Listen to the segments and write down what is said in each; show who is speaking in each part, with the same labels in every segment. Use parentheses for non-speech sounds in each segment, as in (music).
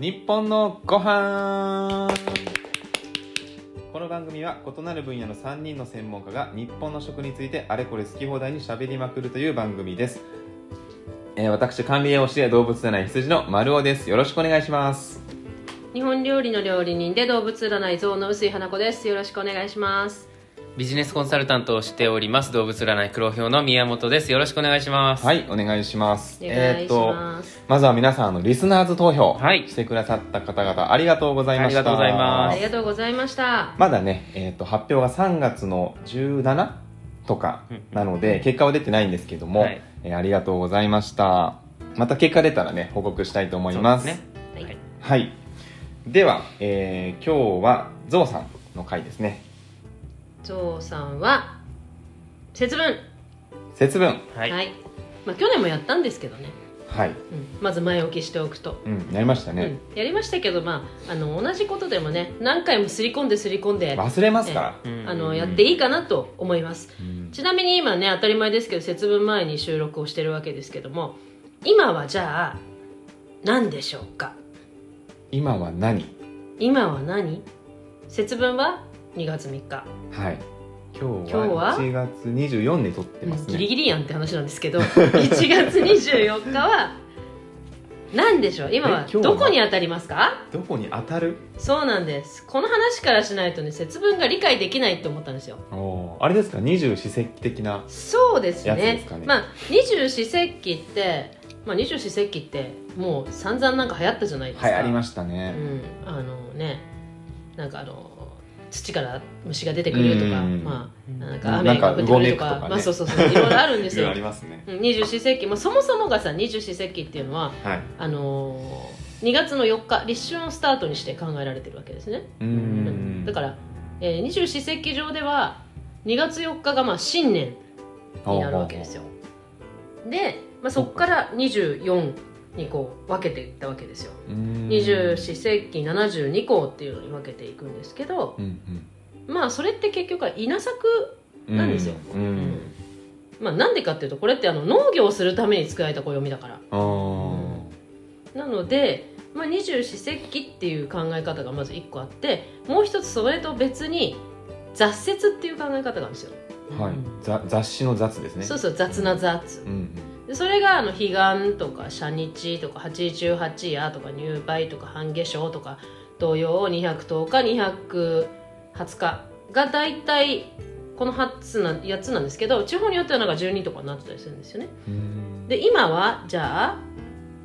Speaker 1: 日本のご飯この番組は異なる分野の3人の専門家が日本の食についてあれこれ好き放題にしゃべりまくるという番組です、えー私管理栄養士で動物占い羊の丸尾ですよろしくお願いします
Speaker 2: 日本料理の料理人で動物占い象の薄井花子ですよろしくお願いします
Speaker 3: ビジネスコンサルタントをしております動物占い黒豹の宮本ですよろしくお願いします
Speaker 1: はいいお願いします
Speaker 2: お願
Speaker 1: えーっ
Speaker 2: いし
Speaker 1: と
Speaker 2: ます、
Speaker 1: まずは皆さんあのリスナーズ投票
Speaker 3: はい
Speaker 1: してくださった方々ありがとうございました
Speaker 3: ありがとうございま
Speaker 2: ありがとうございました
Speaker 1: まだね、えー、と発表が3月の17とかなので結果は出てないんですけども、
Speaker 3: はい
Speaker 1: えーありがとうございましたまた結果出たらね報告したいと思います
Speaker 3: そうです
Speaker 2: はい
Speaker 3: はい
Speaker 1: はいでは、えー今日はゾウさんの回ですね
Speaker 2: 象さんは節分
Speaker 1: 節分
Speaker 3: は
Speaker 2: はい、
Speaker 3: い、
Speaker 2: まあ、去年もやったんですけどね、
Speaker 1: はい、
Speaker 2: うん、まず前置きしておくと、
Speaker 1: うん、なりましたね、
Speaker 2: うん、やりましたけど、まあ、あの同じことでもね何回もすり込んですり込んで、
Speaker 1: 忘れますから、
Speaker 3: うん
Speaker 2: あのやっていいかなと思います
Speaker 1: うん
Speaker 2: ちなみに今ね当たり前ですけど節分前に収録をしてるわけですけども今はじゃあ何でしょうか
Speaker 1: 今は何
Speaker 2: 今は何節分は2月3日、
Speaker 1: はい今日
Speaker 2: 今日
Speaker 1: は
Speaker 2: は
Speaker 1: 1月24で撮ってますね
Speaker 2: ギリギリやんって話なんですけど (laughs) 1月24日は何でしょう今
Speaker 1: え
Speaker 2: は
Speaker 1: 今日は
Speaker 2: どこに当たりますか
Speaker 1: どこに当たる
Speaker 2: そうなんですこの話からしないとね節分が理解できないと思ったんですよ
Speaker 1: おーあれですか二十四節気的な
Speaker 2: そうです
Speaker 1: や
Speaker 2: ね
Speaker 1: つですかね
Speaker 2: まあ二十四節気ってまあ二十四節気ってもう散々なんか流行ったじゃないですか
Speaker 1: はいありま
Speaker 2: し
Speaker 1: した
Speaker 2: た
Speaker 1: ね、
Speaker 2: うんあのねなんかあの土から虫が出てくるとか
Speaker 1: うん
Speaker 2: まあ
Speaker 3: うん
Speaker 2: なんか雨が降ってくると
Speaker 1: なんかうご
Speaker 2: か
Speaker 1: めくとかね
Speaker 2: まあそうそうそういろいろある
Speaker 1: (laughs)
Speaker 2: んですよ
Speaker 1: りますね
Speaker 2: うん二十四節気、まあ、そもそもがさ二十四節気っていうのは
Speaker 1: はい
Speaker 2: あのー、2月の4日立春をスタートにして考えられてるわけですね
Speaker 1: う
Speaker 2: うん
Speaker 1: ん
Speaker 2: だからら、えー、二十四節気上では2月4日がまあ新年になるわけですよで、まあ、そこから24にこう分けていったわけですよ二十四節気72項っていうのに分けていくんですけどまあそれって結局は稲作なんですよ
Speaker 1: うんうん
Speaker 2: まあなんでかっていうとこれってあの農業をするために作られた暦だから
Speaker 1: あー
Speaker 2: なので、まあ、二十四節気っていう考え方がまず1個あってもう一つそれと別に雑節っていう考え方があるんですよ、
Speaker 1: はいざ雑誌の雑ですね
Speaker 2: そうそう雑な雑
Speaker 1: うん
Speaker 2: でそれがあの彼岸とか社日とか八十八夜とか入梅とか半夏生とか同様210日220日が大体この8つな8つなんですけど地方によってはなんか12とかになってたりするんですよね
Speaker 1: うん
Speaker 2: で今はじゃあ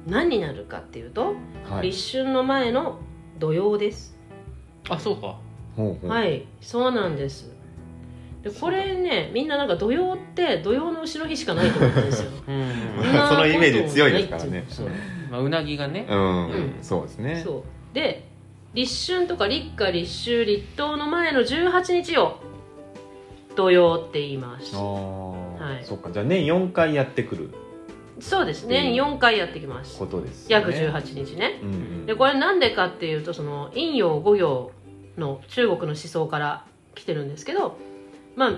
Speaker 2: 何になるかっていうと
Speaker 1: はい
Speaker 2: 立春の前の土曜です
Speaker 3: あそうか
Speaker 1: ほうほう
Speaker 2: はいいそうなんですでこれねみんななんか土曜って土曜の後ろ日しかないと思う
Speaker 1: (laughs)
Speaker 2: んですよ
Speaker 3: うん、
Speaker 1: そのイメージ強いですからね
Speaker 2: そんなことないっていう
Speaker 3: まあ、うなぎがね、
Speaker 1: うん
Speaker 2: うん
Speaker 1: そうですね
Speaker 2: そうそうで立春とか立夏立秋立冬の前の18日を土曜って言います
Speaker 1: あ
Speaker 2: は
Speaker 1: あ
Speaker 2: い
Speaker 1: そっかじゃあ年4回やってくる
Speaker 2: そうですね4回やってきます
Speaker 1: ことですね
Speaker 2: 約18日ね
Speaker 1: うんうん
Speaker 2: でこれなんでかっていうとその陰陽五陽の中国の思想から来てるんですけどまあ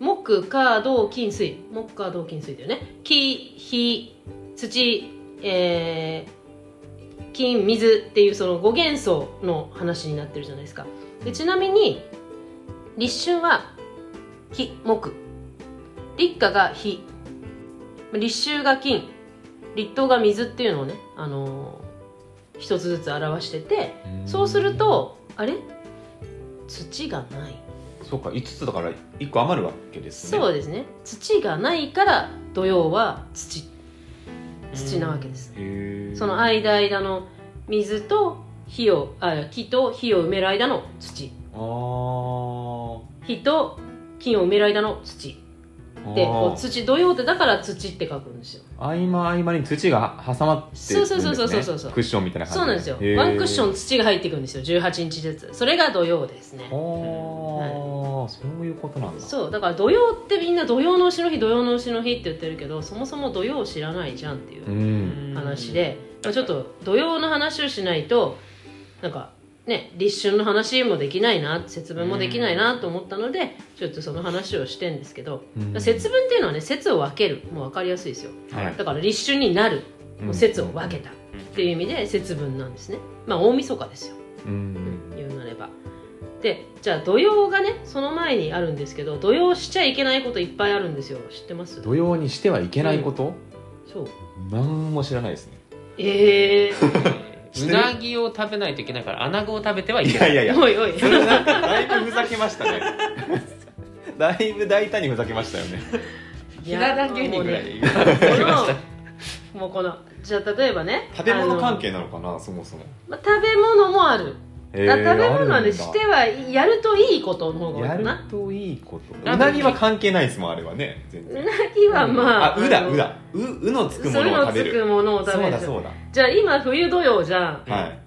Speaker 2: も木火土金水木火土金水だよね木火土、えー金水っていうその五元素の話になってるじゃないですかでちなみに立春は火木立夏が火立秋が金立冬が水っていうのをね、あのー一つずつ表してて
Speaker 1: うん
Speaker 2: そうするとあれ土がない、
Speaker 1: そっか5つだから1個余るわけですね
Speaker 2: そうですね土がないから土曜は土土なわけです、
Speaker 1: へー
Speaker 2: その間間の水と火をあ木と火を埋める間の土
Speaker 1: あー
Speaker 2: 火と金を埋める間の土でこう土土曜ってだから土って書くんですよ
Speaker 1: 合間合間に土が挟まってるんです、ね、
Speaker 2: そうそうそうそうそうそう
Speaker 1: クッションみたいな感じ
Speaker 2: そうなんですよワンクッション
Speaker 1: ン
Speaker 2: 土が入ってくるんですよ18日ずつそれが土曜ですね
Speaker 1: ああそういうことなんだ
Speaker 2: そうだから土曜ってみんな土曜の後ろ日土曜の後ろ日って言ってるけどそもそも土曜を知らないじゃんっていううん話で、まあ、ちょっと土曜の話をしないとなんかね立春の話もできないな節分もできないなと思ったのでちょっとその話をしてんですけど、
Speaker 1: うん
Speaker 2: 節分っていうのはね節を分けるもう分かりやすいですよ
Speaker 1: はい
Speaker 2: だから立春になるもう節を分けた、っていう意味で節分なんですねまあ大晦日ですよ、
Speaker 1: う
Speaker 2: うん
Speaker 1: ん
Speaker 2: 言うなればでじゃあ土曜がねその前にあるんですけど土曜しちゃいけないこといっぱいあるんですよ知ってます
Speaker 1: 土曜にしてはいけないこと、 (laughs)
Speaker 2: そう
Speaker 1: なんも知らないですね
Speaker 2: ええ
Speaker 1: 知っ
Speaker 3: う
Speaker 1: てる
Speaker 3: なぎを食べないといけないから穴子を食べてはい
Speaker 1: い
Speaker 3: けな
Speaker 1: や
Speaker 3: い
Speaker 1: いやいや
Speaker 2: おいおい
Speaker 1: それなんかだいぶふざけましたねだいぶ大胆にふざけましたよね
Speaker 2: い
Speaker 3: ひ
Speaker 2: や
Speaker 3: な壇芸人ぐらい食
Speaker 2: こ
Speaker 3: べました
Speaker 2: のもうこのじゃあ例えばね
Speaker 1: 食べ物関
Speaker 2: あ
Speaker 1: 係なのかなそもそも、
Speaker 2: のまあ、食べ物もある、
Speaker 1: え
Speaker 2: だ
Speaker 1: ー
Speaker 2: 食べ物は
Speaker 1: ある
Speaker 2: ね
Speaker 1: んだ
Speaker 2: してはやるといいことの方
Speaker 1: や
Speaker 2: が多いか
Speaker 1: る
Speaker 2: な
Speaker 1: といいこと
Speaker 3: な
Speaker 1: うなぎは関係ないですもんあれはね全
Speaker 2: うな
Speaker 1: 然
Speaker 2: ぎはまあ、
Speaker 1: あうだ
Speaker 2: の
Speaker 1: うだううのつ
Speaker 2: そ
Speaker 1: く
Speaker 2: う
Speaker 1: も
Speaker 2: いう
Speaker 1: のを
Speaker 2: の
Speaker 1: 食
Speaker 2: つ
Speaker 1: べ
Speaker 2: く
Speaker 1: る
Speaker 2: ものを食
Speaker 1: そ
Speaker 2: べ
Speaker 1: う
Speaker 2: る
Speaker 1: だそうだ、
Speaker 2: じゃあ今冬土曜じゃん
Speaker 1: はい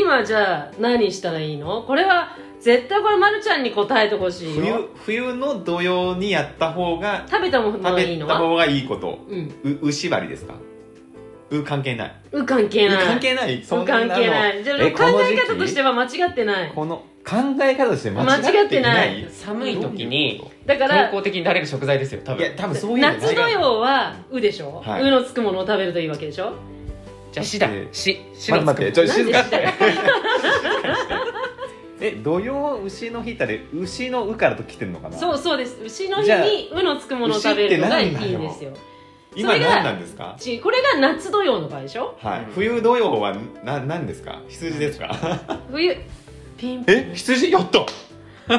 Speaker 2: 今じゃあ何したらいいのこれは絶対これまるちゃんに答えてほしいよ
Speaker 1: 冬冬の土曜にやった方が
Speaker 2: 食べたもの
Speaker 1: 食
Speaker 2: がい
Speaker 1: べ
Speaker 2: いの
Speaker 1: た
Speaker 2: は
Speaker 1: 方がいいこと
Speaker 2: うん
Speaker 1: うう縛りですかう関係ないう
Speaker 2: 関係ないう
Speaker 1: 関係ないそんな
Speaker 2: 関
Speaker 1: の
Speaker 2: 係ないじゃあ
Speaker 1: え
Speaker 2: 考え方として
Speaker 1: は
Speaker 2: は間違ってない
Speaker 1: この考え方として間違ってな
Speaker 2: 間違っ
Speaker 1: い
Speaker 2: て
Speaker 3: 寒い時に
Speaker 1: どういうこ
Speaker 2: だか
Speaker 3: 健
Speaker 2: ら
Speaker 3: 康的になれる食材ですよ多
Speaker 1: といや
Speaker 3: 分
Speaker 1: 多分そういうの
Speaker 2: 夏土曜は「う」でしょ「」
Speaker 1: はいう
Speaker 2: のつくものを食べるといいわけでしょ
Speaker 3: じゃあ死だ
Speaker 1: えー
Speaker 3: 死死
Speaker 1: 待っ
Speaker 3: の
Speaker 1: て
Speaker 3: つ
Speaker 1: 待
Speaker 3: く
Speaker 1: ってちょっと静か
Speaker 2: な
Speaker 3: も
Speaker 1: に
Speaker 2: ん
Speaker 1: し
Speaker 2: で
Speaker 1: て (laughs) え土曜牛の日ったで牛の「う」からと来てるのかな
Speaker 2: そうそうです牛の日
Speaker 1: じゃあ
Speaker 2: に「う」のつくものを食べるのがい
Speaker 1: 牛
Speaker 2: い
Speaker 1: って何
Speaker 2: ん
Speaker 1: な
Speaker 2: で
Speaker 1: の
Speaker 2: すよそ
Speaker 1: 今
Speaker 2: れが
Speaker 1: 何なんですか
Speaker 2: ちこれが夏土曜の場合でしょ
Speaker 1: はい、
Speaker 3: うん
Speaker 1: 冬土曜はな何ですか羊ですか
Speaker 2: 冬ピンポン
Speaker 1: (laughs) え羊やったこ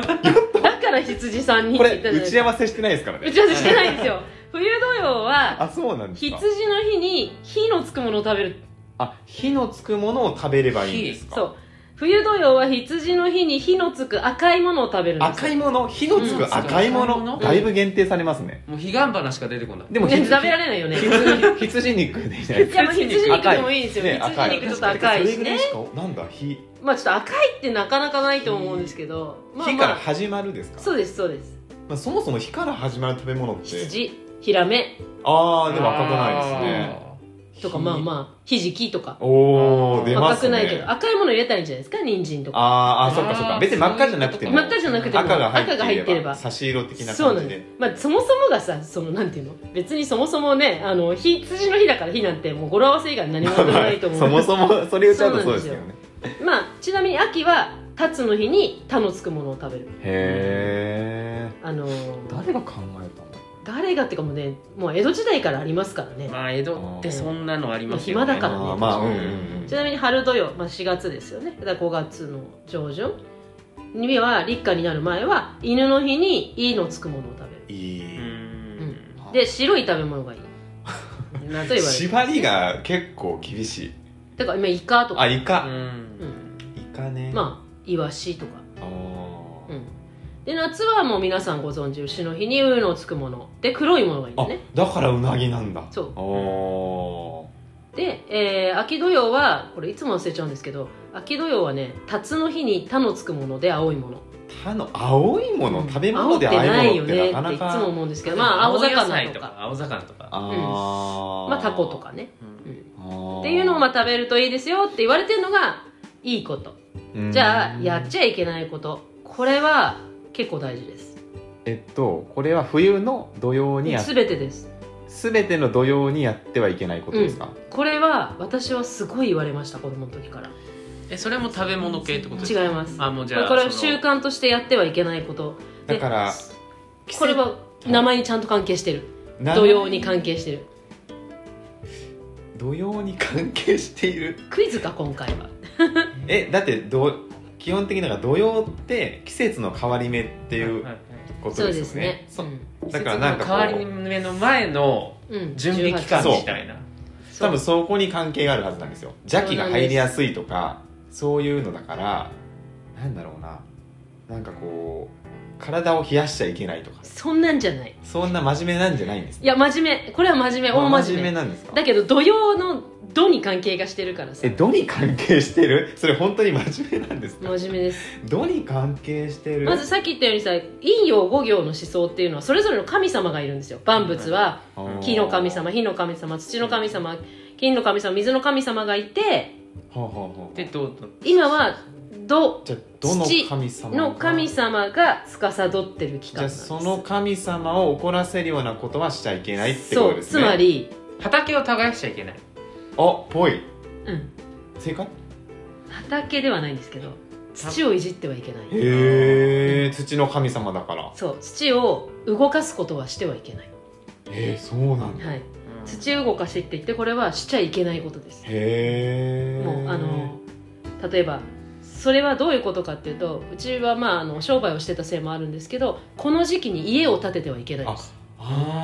Speaker 2: だから羊さんにって
Speaker 1: れ
Speaker 2: 言ったじゃな
Speaker 1: 打
Speaker 2: いです
Speaker 1: ち
Speaker 2: か
Speaker 1: 合わせしてないですから
Speaker 2: 打
Speaker 1: ね
Speaker 2: ち合わせしてないんですよ冬土曜は
Speaker 1: あそうなんです
Speaker 2: 羊
Speaker 1: か
Speaker 2: の日に火のつくものを食べる
Speaker 1: あ火のつくものを食べればいいんですか
Speaker 2: そう冬土曜は羊の日に火のつく赤いものを食べるんです
Speaker 1: 赤
Speaker 2: よ
Speaker 1: いもの火のつ
Speaker 2: うん
Speaker 1: く赤いも
Speaker 3: 赤い
Speaker 1: の、
Speaker 3: もの
Speaker 1: だいぶ限定されますね、
Speaker 3: う彼岸花しか出てこない
Speaker 1: でも
Speaker 2: ね
Speaker 1: 羊
Speaker 2: 食べられないよね
Speaker 1: 羊羊肉
Speaker 2: (laughs)
Speaker 1: でいいじゃないです
Speaker 2: い
Speaker 1: か
Speaker 2: やまあ羊肉でもいいですよ、
Speaker 1: ね赤
Speaker 2: 羊
Speaker 1: い
Speaker 2: 肉ちょっと赤いし
Speaker 1: それぐら
Speaker 2: ね
Speaker 1: いしかなんだ火
Speaker 2: まあちょっと赤いってなかなかないと思うんですけど、まあ
Speaker 1: 火から
Speaker 2: ま
Speaker 1: 始まるですか
Speaker 2: あ、そうですそうです
Speaker 1: まあ、そもそも火から始まる食べ物って
Speaker 2: 羊ヒラメ
Speaker 1: ああでも赤くないですね
Speaker 3: あ
Speaker 2: とかまあまあひじきとか
Speaker 1: おお出ま
Speaker 2: 赤
Speaker 1: す
Speaker 2: く
Speaker 1: ね
Speaker 2: ないけど赤いもの入れたらいいんじゃないですか人参とか
Speaker 1: あーあーそっかそっか別に真っ赤じゃなくても
Speaker 2: 真っ赤じゃなくても
Speaker 1: 赤が入っていれば
Speaker 2: 赤が入ってれば
Speaker 1: 差し色的な
Speaker 2: そう
Speaker 1: 感
Speaker 2: なん
Speaker 1: じ
Speaker 2: で、
Speaker 1: です
Speaker 2: まあ、そもそもがさそのなんていうの別にそもそもねあの日羊の日だから日なんてもう語呂合わせ以外何も
Speaker 1: まあまあ
Speaker 2: ないと思う
Speaker 1: (laughs) そもそもそれ言っちゃうとそうですよ
Speaker 2: そう
Speaker 1: ね
Speaker 2: まあちなみに秋はタツの日にタのつくものを食べる
Speaker 1: へえ
Speaker 2: あのー
Speaker 1: 誰が考えたの
Speaker 2: 誰がってかもうねもう江戸時代からありますから
Speaker 3: ー
Speaker 2: ね
Speaker 3: まあ江戸ってそんなのありますよ
Speaker 2: まあ
Speaker 3: ね
Speaker 2: 暇だから
Speaker 1: あーまあうんうんうん
Speaker 2: ちなみに春土曜、まあ、4月ですよねだから5月の上旬には立夏になる前は犬の日に「い」のつくものを食べる
Speaker 1: いい、
Speaker 3: うーん
Speaker 2: で白い食べ
Speaker 1: (laughs)
Speaker 2: 物がいいなんと言われる
Speaker 1: 縛りが結構厳しい
Speaker 2: だから今イカとか
Speaker 1: あイ
Speaker 3: う
Speaker 1: カ、
Speaker 3: ん
Speaker 1: イカねあ
Speaker 2: まあイワシとか
Speaker 1: ー
Speaker 2: うんで夏はもう皆さんご存知牛の日に「う」のつくもので黒いものがいいんだ
Speaker 1: あ
Speaker 2: ね
Speaker 1: だからうなぎなんだ
Speaker 2: そう
Speaker 1: お
Speaker 2: で、えー秋土曜はこれいつも忘れちゃうんですけど秋土曜はね「辰の日に「た」のつくもので青いもの
Speaker 1: ーたの青いもの、食べ
Speaker 2: 青
Speaker 1: 物
Speaker 2: っ
Speaker 1: で
Speaker 2: て
Speaker 1: 青い
Speaker 2: ない
Speaker 1: もの
Speaker 2: よ
Speaker 1: って
Speaker 2: ね
Speaker 1: なかな
Speaker 2: ってい
Speaker 1: か
Speaker 2: つも思うんですけどまあ青
Speaker 3: 野
Speaker 2: 魚
Speaker 3: 菜
Speaker 2: とか
Speaker 3: 青魚とか
Speaker 1: あー
Speaker 2: まあタコとかね
Speaker 3: う
Speaker 2: っ
Speaker 3: ん
Speaker 1: って
Speaker 2: いうのをまあ食べるといいですよって言われてるのがいいことじゃあやっちゃいけないことこれは結構大事です
Speaker 1: えっとこれは冬の土曜にや
Speaker 2: 全てです
Speaker 1: すべての土曜にやってはいけないことですか、
Speaker 2: これは私はすごい言われました子供の時から
Speaker 3: えそれも食べ物系ってことですか
Speaker 2: 違います
Speaker 3: あもうじゃあ
Speaker 2: これは
Speaker 3: その
Speaker 2: 習慣としてやってはいけないことで
Speaker 1: だから
Speaker 2: これは名前にちゃんと関係してる
Speaker 1: な
Speaker 2: 土曜に関係してる
Speaker 1: 土曜に関係している
Speaker 2: クイズか今回は
Speaker 1: えだってど基本的になんか土曜って季節の変わり目っていう
Speaker 3: はいはい
Speaker 1: こと
Speaker 2: そう
Speaker 1: です
Speaker 2: で
Speaker 1: よ
Speaker 2: す
Speaker 1: ね
Speaker 2: ね
Speaker 1: そう
Speaker 2: うん
Speaker 1: だからなんかこう
Speaker 3: 季節の変わり目の前の
Speaker 2: うん
Speaker 3: 準備期
Speaker 2: 18
Speaker 3: 間
Speaker 1: そう
Speaker 3: みたいな
Speaker 2: そ
Speaker 1: 多
Speaker 2: う
Speaker 1: 分そこに関係があるはずなんですよ邪気が入りやすいとかそういうのだからなんだろうななんかこう体を冷やしちゃいけないとか
Speaker 2: そんなんじゃない
Speaker 1: そんな真面目なんじゃないんです
Speaker 2: いや真面目これは真面目大
Speaker 1: あ
Speaker 2: 真面目
Speaker 1: なんですか
Speaker 2: だけど土曜の「土」に関係がしてるからさ
Speaker 1: えどに関係してるそれ本当に真面目なんですか
Speaker 2: 真面目です
Speaker 1: どに関係してる
Speaker 2: まずさっき言ったようにさ陰陽五行の思想っていうのはそれぞれの神様がいるんですよ万物は
Speaker 1: あー
Speaker 2: 木の神様火の神様土の神様金の神様水の神様がいて
Speaker 1: ほうほうほう
Speaker 3: でどうぞ
Speaker 2: 今は土
Speaker 1: じゃあどの神様が
Speaker 2: の神様が司ってる期
Speaker 1: じゃ
Speaker 2: 間なん
Speaker 1: あ
Speaker 2: です
Speaker 1: その神様を怒らせるようなことはしちゃいけないってことですね
Speaker 2: そうつまり
Speaker 3: 畑を耕しちゃいけない
Speaker 1: あぽい
Speaker 2: うん、
Speaker 1: 正解
Speaker 2: 畑ではないんですけど土をいじってはいけない
Speaker 1: へえ土の神様だから
Speaker 2: そう土を動かすことはしてはいけない、
Speaker 1: えー、そうなんだ
Speaker 2: はい、
Speaker 3: うん
Speaker 2: 土動かしって言ってこれはしちゃいけないことです
Speaker 1: へえ
Speaker 2: もうあの例えばそれはどういうことかっていうとうちはまああの商売をしてたせいもあるんですけどこの時期に家を建ててはいけないです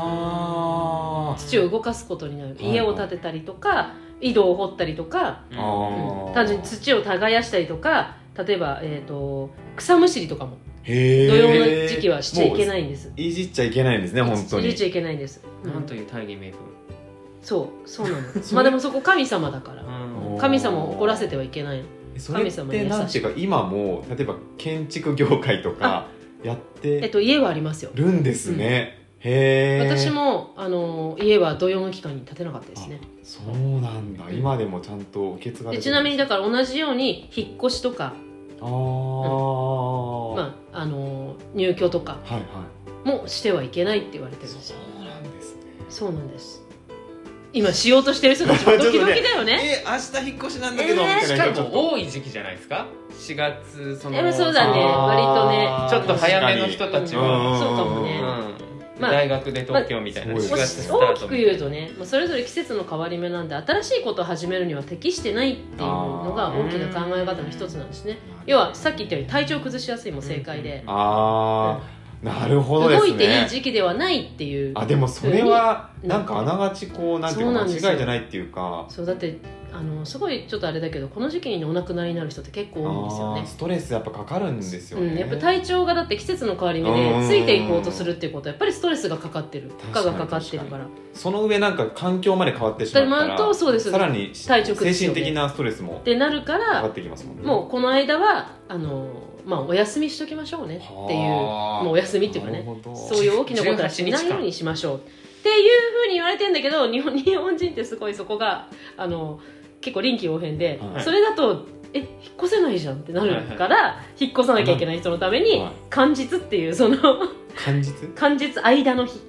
Speaker 1: あー
Speaker 2: 土を動かすことにな
Speaker 1: は
Speaker 2: る
Speaker 1: い
Speaker 2: 家を建てたりとか井戸を掘ったりとか、
Speaker 3: うん
Speaker 1: あー
Speaker 2: 単純に土を耕したりとか例えば、えー、と草むしりとかも
Speaker 1: へ
Speaker 2: 土
Speaker 1: ー
Speaker 2: 曜の時期はしちゃいけないいんです、
Speaker 1: いじっちゃいけないんですね本当
Speaker 2: 入れ
Speaker 1: に
Speaker 2: ちゃいけないんです、うん
Speaker 3: なんという大義名分
Speaker 2: そうそうなの
Speaker 1: それ
Speaker 2: まあでもそこ神様だから
Speaker 1: おー
Speaker 2: 神様を怒らせてはいけない
Speaker 1: それっ
Speaker 2: 神様に優
Speaker 1: て
Speaker 2: しい
Speaker 1: なんていうか今も例えば建築業界とかやっ
Speaker 2: えってと家はありますよ
Speaker 1: るんですね、へえ
Speaker 2: 私もあの家は土曜の期間に建てなかったですね
Speaker 1: そうなんだ今でもちゃんと受け継がれ
Speaker 2: で
Speaker 1: て
Speaker 2: ちなみにだから同じように引っ越しとか、
Speaker 1: あー、
Speaker 2: まあ、あの入居とか
Speaker 1: はいはい
Speaker 2: もしてはいけないって言われてるんですよ
Speaker 1: そうなんですね
Speaker 2: そうなんです今しようとしてる人たちもドキドキだよね
Speaker 1: えー、明日引っ越しなんだ
Speaker 2: けどえー
Speaker 3: しかも多い時期じゃないですか4月その
Speaker 2: えそうだね割とね
Speaker 3: ちょっと早めの人
Speaker 2: うん
Speaker 3: た
Speaker 2: そう
Speaker 3: ち
Speaker 2: か
Speaker 3: は、
Speaker 1: は
Speaker 2: も
Speaker 3: う
Speaker 2: ね、
Speaker 3: ん
Speaker 2: まあ
Speaker 3: 大学で東京みたいな、
Speaker 1: まあ
Speaker 3: 4
Speaker 2: も
Speaker 3: 月
Speaker 2: し
Speaker 3: スタ
Speaker 2: 大
Speaker 3: ー
Speaker 2: き
Speaker 3: ト
Speaker 2: く言うとね、まあ、それぞれ季節の変わり目なんで新しいことを始めるには適してないっていうのが大きな考え方の一つなんですね要はさっき言ったように体調崩しやすいも正解で、
Speaker 1: あーなるほどですね
Speaker 2: 動いていい時期ではないっていう
Speaker 1: あでもそれは
Speaker 2: うん
Speaker 1: なんかあながちこうなんていう
Speaker 2: そう
Speaker 1: か
Speaker 2: なん
Speaker 1: 間
Speaker 2: です
Speaker 1: 違い
Speaker 2: よ
Speaker 1: じゃないっていうか
Speaker 2: そうだってあのすごいちょっとあれだけどこの時期にお亡くなりになる人って結構多いんですよ
Speaker 1: あー
Speaker 2: ね
Speaker 1: ストレスやっぱかかるんですよ
Speaker 2: う
Speaker 1: ね、
Speaker 2: ん、やっぱ体調がだって季節の変わり目
Speaker 1: うん
Speaker 2: でついていこうとするっていうことはやっぱりストレスがかかってる負荷がかかってるから
Speaker 1: その上なんか環境まで変わってしまった
Speaker 2: だから
Speaker 1: ら
Speaker 2: まあそうです
Speaker 1: さらに
Speaker 2: 体調崩
Speaker 1: 精
Speaker 2: すよ
Speaker 1: 神
Speaker 2: ね
Speaker 1: 的なストレスも
Speaker 2: ってなる
Speaker 1: か
Speaker 2: か
Speaker 1: からってきますもんね
Speaker 2: もうこの間はあの、まあ、お休みしときましょうねっていう
Speaker 1: はあ
Speaker 2: もうお休みっていうか
Speaker 1: なる
Speaker 2: ね
Speaker 1: ほど
Speaker 2: そういう大きなことはしないようにしましょうっていうふうに言われてんだけど日本日本人ってすごいそこがあの結構臨機応変で、
Speaker 1: はい
Speaker 2: それだとえ引っ越せないじゃんってなるから、引っ越さなきゃいけない人のために、
Speaker 1: はい
Speaker 2: 間日っていうその
Speaker 1: 感じ
Speaker 2: 間日間の日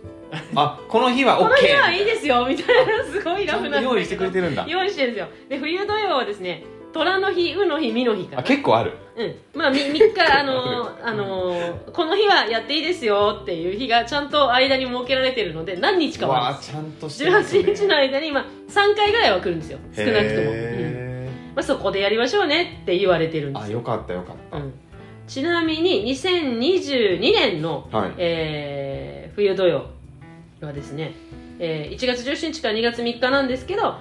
Speaker 1: あこの日は OK
Speaker 2: この日はいいですよみたいなすごい
Speaker 1: ち
Speaker 2: ラ
Speaker 1: ゃ
Speaker 2: フ
Speaker 1: んと
Speaker 2: なんだけど
Speaker 1: 用意してくれてるんだ
Speaker 2: 用意してるんですよで冬土曜はですね虎の日、うの日、みの日か
Speaker 1: あ
Speaker 2: な
Speaker 1: 結構ある
Speaker 2: うん、まあみ3日
Speaker 1: (laughs)
Speaker 2: あのーあのーこの日はやっていいですよっていう日がちゃんと間に設けられてるので何日かはあ
Speaker 1: わあ
Speaker 2: るんです
Speaker 1: ちゃんとしてますね
Speaker 2: 18日の間に、まあ、3回ぐらいは来るんですよ少なくとも、うん
Speaker 1: へ
Speaker 2: まあ、そこでやりましょうねって言われてるん
Speaker 1: ー
Speaker 2: で
Speaker 1: あ
Speaker 2: すよ、
Speaker 1: よかったよかっ
Speaker 2: うん、ちなみに2022年の、
Speaker 1: たはい
Speaker 2: えー冬土曜はですね、えー1月17日から2月3日なんですけど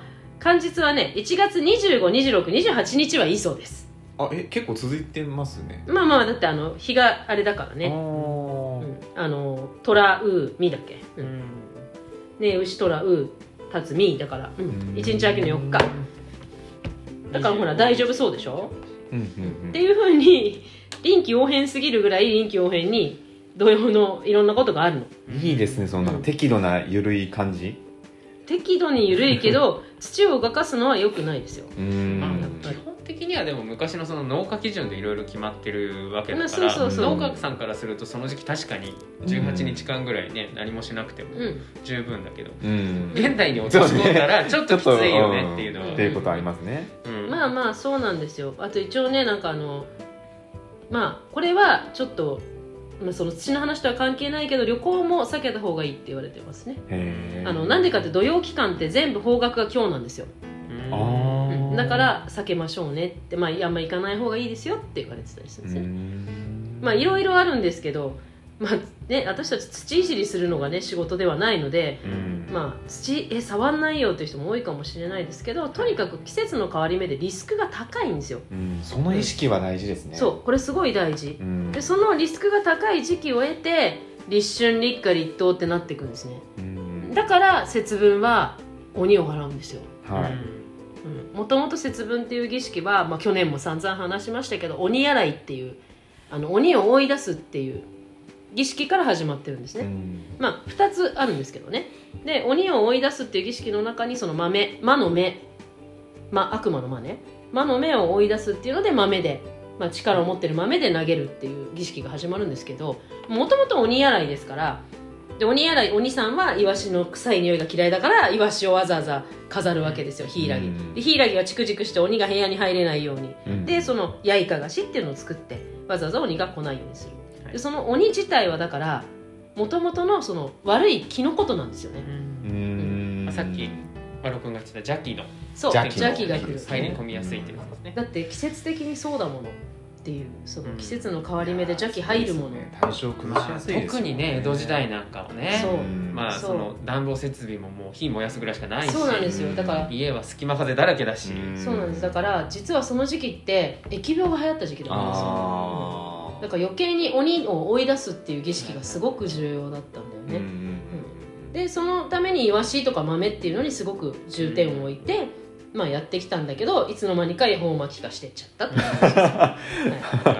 Speaker 2: 元日はね1月252628日はいいそうです
Speaker 1: あえ結構続いてますね
Speaker 2: まあまあだってあの日があれだからね
Speaker 1: あー
Speaker 2: うんあの「トラウミ」だっけ「うんね牛トラウタツミ」だから、うん、1日空きの4日だからほら大丈夫そうでしょ
Speaker 1: うんうんうん
Speaker 2: っていうふう (laughs) に臨機応変すぎるぐらい臨機応変に土曜のいろんなことがあるの
Speaker 1: いいですねそんな適度なゆるい感じ
Speaker 2: 適度に緩いけ (laughs) ど土を動かすのは良くないですよ
Speaker 1: うーん
Speaker 3: まあ
Speaker 2: やっぱ
Speaker 3: 基
Speaker 2: り
Speaker 3: 本的にはでも昔のその農家基準でいろいろ決まってるわけだか
Speaker 2: まあ
Speaker 3: ら、
Speaker 2: そ
Speaker 1: そ
Speaker 2: う
Speaker 1: うそう
Speaker 3: 農家さんからするとその時期確かに18日間ぐらいね、何もしなくても
Speaker 2: うん
Speaker 3: 十分だけど
Speaker 1: うん
Speaker 3: 現代に落とし込んだらちょっときついよねっていうのは
Speaker 1: っていうことありますね
Speaker 3: うん
Speaker 2: まあまあそうなんですよあと一応ねなんかあのまあこれはちょっと、まあ、その土の話とは関係ないけど旅行も避けた方がいいって言われてますね
Speaker 1: へー
Speaker 2: あのなんでかって土曜期間って全部方角が今日なんですよ、
Speaker 3: うん
Speaker 1: あ
Speaker 2: うん
Speaker 1: ー
Speaker 2: だから避けましょうねって、まあ、あんま行かない方がいいですよって言われてたりするん
Speaker 1: う
Speaker 2: ですね、
Speaker 1: ん
Speaker 2: まあいろいろあるんですけど、まあね、私たち土いじりするのがね仕事ではないので、
Speaker 1: うん
Speaker 2: まあ、土え触んないよっていう人も多いかもしれないですけどとにかく季節の変わり目でリスクが高いんですよ、
Speaker 1: うんその意識は大事ですね
Speaker 2: そうこれすごい大事
Speaker 1: う、ん
Speaker 2: でそのリスクが高い時期を得て立春立夏立冬ってなっていくんですね
Speaker 1: うん
Speaker 2: だから節分は鬼を払うんですよ
Speaker 1: は
Speaker 3: う
Speaker 1: い
Speaker 3: ん
Speaker 2: もともと節分っていう儀式は、まあ、去年も散々話しましたけど鬼やらいっていうあの鬼を追い出すっていう儀式から始まってるんです
Speaker 1: う
Speaker 2: ね、
Speaker 1: ん
Speaker 2: まあ2つあるんですけどねで鬼を追い出すっていう儀式の中にその豆魔の目、まあ、悪魔の魔ね魔の目を追い出すっていうので豆で、まあ、力を持ってる豆で投げるっていう儀式が始まるんですけどもともと鬼やらいですからでで鬼やら鬼さんはイワシの臭い匂いが嫌いだからイワシをわざわざ飾るわけですよヒイラギ
Speaker 1: うん
Speaker 2: でヒイラギはチクチクして鬼が部屋に入れないように
Speaker 1: うん
Speaker 2: でそのやいかがしっていうのを作ってわざわざ鬼が来ないようにする
Speaker 3: はい
Speaker 2: でその鬼自体はだからもともとのその悪い気のことなんですよね
Speaker 1: うーん
Speaker 3: さっきマロ君が言ってたジャッキーの
Speaker 2: そう
Speaker 1: 邪
Speaker 2: 邪
Speaker 1: 気
Speaker 2: 気
Speaker 1: の
Speaker 2: が来る
Speaker 3: 入り込みやすいっていうことですね
Speaker 2: だって季節的にそうだものっていうその
Speaker 3: うん
Speaker 2: 季節の変わり目で邪気入るもの、
Speaker 1: 対象崩しやすいですよ
Speaker 3: 特にね江戸時代なんかはね
Speaker 2: そう
Speaker 1: うん
Speaker 3: まあ
Speaker 2: そう
Speaker 3: その暖房設備ももう火燃やすぐらいしかないし
Speaker 2: そうなんですよだから
Speaker 3: 家は隙間風だらけだし、
Speaker 1: うん
Speaker 2: そうなんですだから実はその時期って疫病が流行った時期だったんですよ
Speaker 1: あ
Speaker 2: だから余計に鬼を追い出すっていう儀式がすごく重要だったんだ
Speaker 1: ら
Speaker 2: よね、
Speaker 1: ね
Speaker 2: でそのためにイワシとか豆っていうのにすごく重点を置いて、まあやってきたんだけどいつの間にか恵方巻き化してっち
Speaker 1: (laughs)
Speaker 2: ゃったって話です、は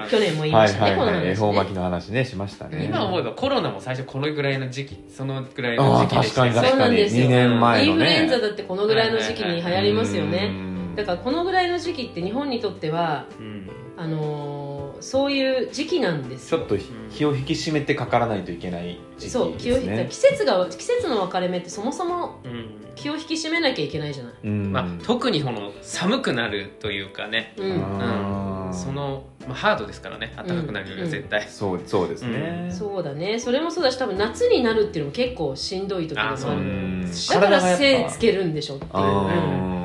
Speaker 2: い去年も言いま
Speaker 1: は
Speaker 2: し
Speaker 1: い
Speaker 2: たね、
Speaker 1: はいはい恵方
Speaker 2: この話
Speaker 1: 巻
Speaker 2: ね
Speaker 1: きの話ねしましたね
Speaker 3: 今思えばコロナも最初このぐらいの時期そのぐらいの
Speaker 1: あ
Speaker 3: 時
Speaker 1: あ
Speaker 3: 期で
Speaker 1: 確
Speaker 3: した
Speaker 1: かに
Speaker 3: よ
Speaker 1: 確
Speaker 2: かそ
Speaker 3: ね
Speaker 2: うな
Speaker 1: か
Speaker 2: ん
Speaker 1: に
Speaker 2: ですよ
Speaker 1: 2年前
Speaker 2: イン
Speaker 1: の
Speaker 2: フルエ
Speaker 1: ね
Speaker 2: ンザだってこのぐらいの時期に流行りますよね、
Speaker 1: うん
Speaker 2: だからこのぐらいの時期って日本にとっては
Speaker 3: うん
Speaker 2: あのーそういう時期なんです
Speaker 1: ちょ
Speaker 2: よ
Speaker 1: っとひ気を引き締めてかからないといけない時期ですね
Speaker 2: そう気を引き季節が季節の分かれ目ってそもそも
Speaker 3: うん
Speaker 2: 気を引き締めなきゃいけないじゃない、
Speaker 1: うん
Speaker 3: まあ、特にこの寒くなるというかね、
Speaker 2: う、
Speaker 1: うんん
Speaker 3: その、まあ、ハードですからね暖かくなるよりは絶対、
Speaker 1: そうそうですね
Speaker 2: そうだねそれもそうだし多分夏になるっていうのも結構しんどい時でもあ
Speaker 3: あ
Speaker 2: る
Speaker 3: そう
Speaker 1: うん
Speaker 2: だから
Speaker 1: 体
Speaker 2: 背
Speaker 1: が
Speaker 2: つけるんでしょっていう、
Speaker 1: あ
Speaker 2: うん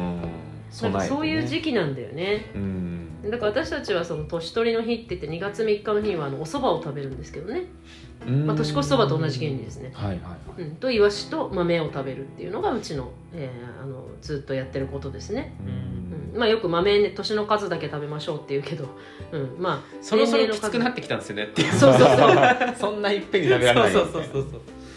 Speaker 1: ー
Speaker 2: なん
Speaker 1: 備えて
Speaker 2: か
Speaker 1: ね
Speaker 2: そういう時期なんだよね
Speaker 1: うん
Speaker 2: だから私たちはその年取りの日って言って2月3日の日はあのお蕎麦を食べるんですけどね、まあ、年越しそばと同じ原理ですね
Speaker 1: はいはいはい
Speaker 2: うん、とイワシと豆を食べるっていうのがうちの,、えーあのずっとやってることですね、うんまあ、よく豆、ね、年の数だけ食べましょうっていうけど、うん、ま
Speaker 3: そろそろきつくなってきたんですよね
Speaker 1: (laughs)
Speaker 3: っていう
Speaker 2: あそうそうそう
Speaker 1: そんないっぺんに食べられない
Speaker 3: そうそうそうそう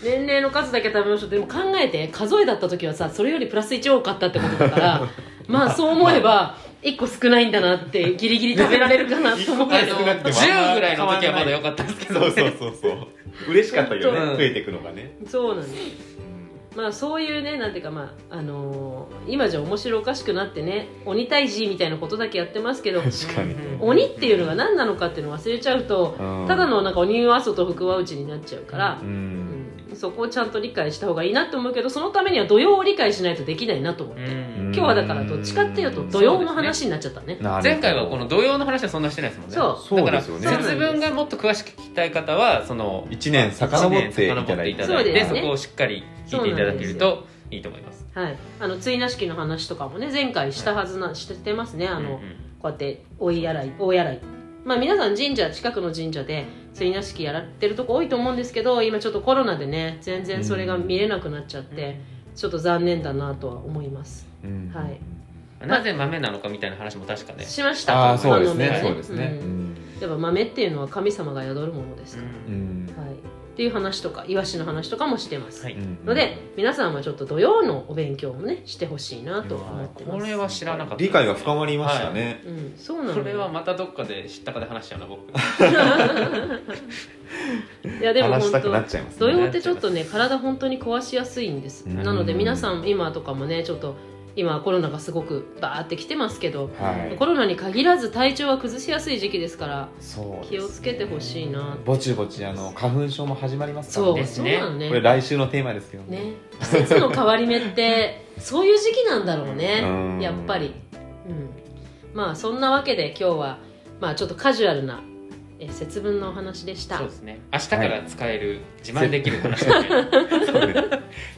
Speaker 2: 年齢の数だけ食べましょうってでも考えて数えだった時はさそれよりプラス1多かったってことだから
Speaker 3: (laughs)
Speaker 2: まあそう思えば1個少ないんだなってギリギリ食べられるかなと思うけ
Speaker 1: 一
Speaker 2: ど
Speaker 1: 個少なくても
Speaker 3: 10ぐらいの時はまだ良かったんですけど、ね、
Speaker 1: そうそうそうそう嬉しかったよ
Speaker 3: う
Speaker 1: ね
Speaker 3: ん
Speaker 1: 増えていくのがね
Speaker 2: そうなんですまあそういうねなんていうかまああのー今じゃ面白おかしくなってね鬼退治みたいなことだけやってますけど
Speaker 1: 確かに
Speaker 2: 鬼っていうのが何なのかっていうのを忘れちゃうとただのなんか鬼は外福は内になっちゃうから
Speaker 1: う、
Speaker 2: うんんそこをちゃんと理解した方がいいなと思うけどそのためには土曜を理解しないとできないなと思って、
Speaker 3: うん
Speaker 2: 今日はだからどっちかっていうと土曜の話になっちゃったね
Speaker 1: なるほど
Speaker 3: 前回はこの同様の話はそんなしてないですもんね
Speaker 2: そう
Speaker 1: そうですよね
Speaker 3: だから節分がもっと詳しく聞きたい方はその
Speaker 1: 一年遡っていただい
Speaker 3: 一
Speaker 1: て
Speaker 3: 年遡
Speaker 2: そうです
Speaker 3: そ
Speaker 2: ね
Speaker 3: こをしっかり聞いていただけるといいと思います
Speaker 2: はいあの追な式の話とかもね前回したはずなしてますねあの、
Speaker 3: うんうん
Speaker 2: こうやって追いやらい追いやらいまあ皆さん神社近くの神社で追な式やられてるとこ多いと思うんですけど今ちょっとコロナでね全然それが見れなくなっちゃって、ちょっと残念だなとは思います
Speaker 1: うん
Speaker 2: はい
Speaker 3: なぜ豆なのかみたいな話も確かね
Speaker 2: しました
Speaker 1: ああそうです
Speaker 2: あ
Speaker 1: ね
Speaker 2: の
Speaker 1: そうですね
Speaker 2: う
Speaker 1: うんん
Speaker 2: やっぱ豆っていうのは神様が宿るものですか
Speaker 1: う
Speaker 3: うん
Speaker 1: ん
Speaker 2: ら、はい、っていう話とかイワシの話とかもしてます、
Speaker 3: はい
Speaker 1: うん
Speaker 2: ので皆さんはちょっと土曜のお勉強もねしてほしいなと思ってます
Speaker 3: これは知らなかった
Speaker 1: 理解が深まりました
Speaker 3: はい
Speaker 1: ね
Speaker 2: うん、そうな
Speaker 3: こ
Speaker 2: の
Speaker 3: れは
Speaker 2: よ
Speaker 3: またどっかで知ったかで話しちゃうな僕
Speaker 2: いやでも
Speaker 1: 話し
Speaker 2: 本
Speaker 1: たくな
Speaker 2: 当
Speaker 1: っちゃいます
Speaker 2: 土
Speaker 1: ね
Speaker 2: 曜ってちょっとね体本当に壊しやすいんです
Speaker 1: うん
Speaker 2: なので皆さん今とかもねちょっと今コロナがすごくバーってきてますけど
Speaker 1: はい
Speaker 2: コロナに限らず体調は崩しやすい時期ですから
Speaker 1: そう
Speaker 2: 気をつけてほしいな
Speaker 1: ぼちぼちあの花粉症も始まりますか
Speaker 2: そ
Speaker 1: ら
Speaker 2: う、
Speaker 1: ね
Speaker 3: です
Speaker 2: そう
Speaker 3: ね
Speaker 2: なのね
Speaker 1: これ来週のテーマですけど
Speaker 2: ね季節の変わり目ってそういう時期なんだろうね
Speaker 1: うん
Speaker 2: やっぱり、うん、まあそんなわけで今日は、まあ、ちょっとカジュアルなえ節分のお話でした
Speaker 3: そうですね明日から使える自慢できる話ですね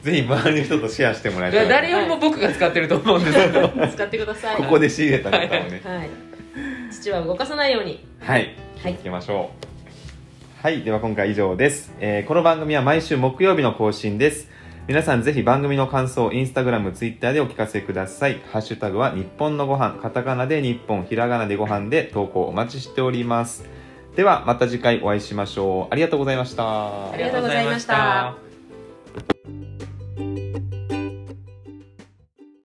Speaker 1: (laughs) ぜひ周りの人とシェアしてもらいたい
Speaker 3: (laughs) 誰よりも僕が使ってると思うんですけど
Speaker 2: 使ってください
Speaker 1: ここで仕入れたネタをね
Speaker 2: はい、土は動かさないように
Speaker 1: はい
Speaker 2: はい
Speaker 1: 行きましょうはいでは今回以上です、えーこの番組は毎週木曜日の更新です皆さんぜひ番組の感想をインスタグラムツイッターでお聞かせくださいハッシュタグは日本のご飯カタカナで日本ひらがなでご飯で投稿お待ちしておりますではまた次回お会いしましょうありがとうございました
Speaker 2: ありがとうございました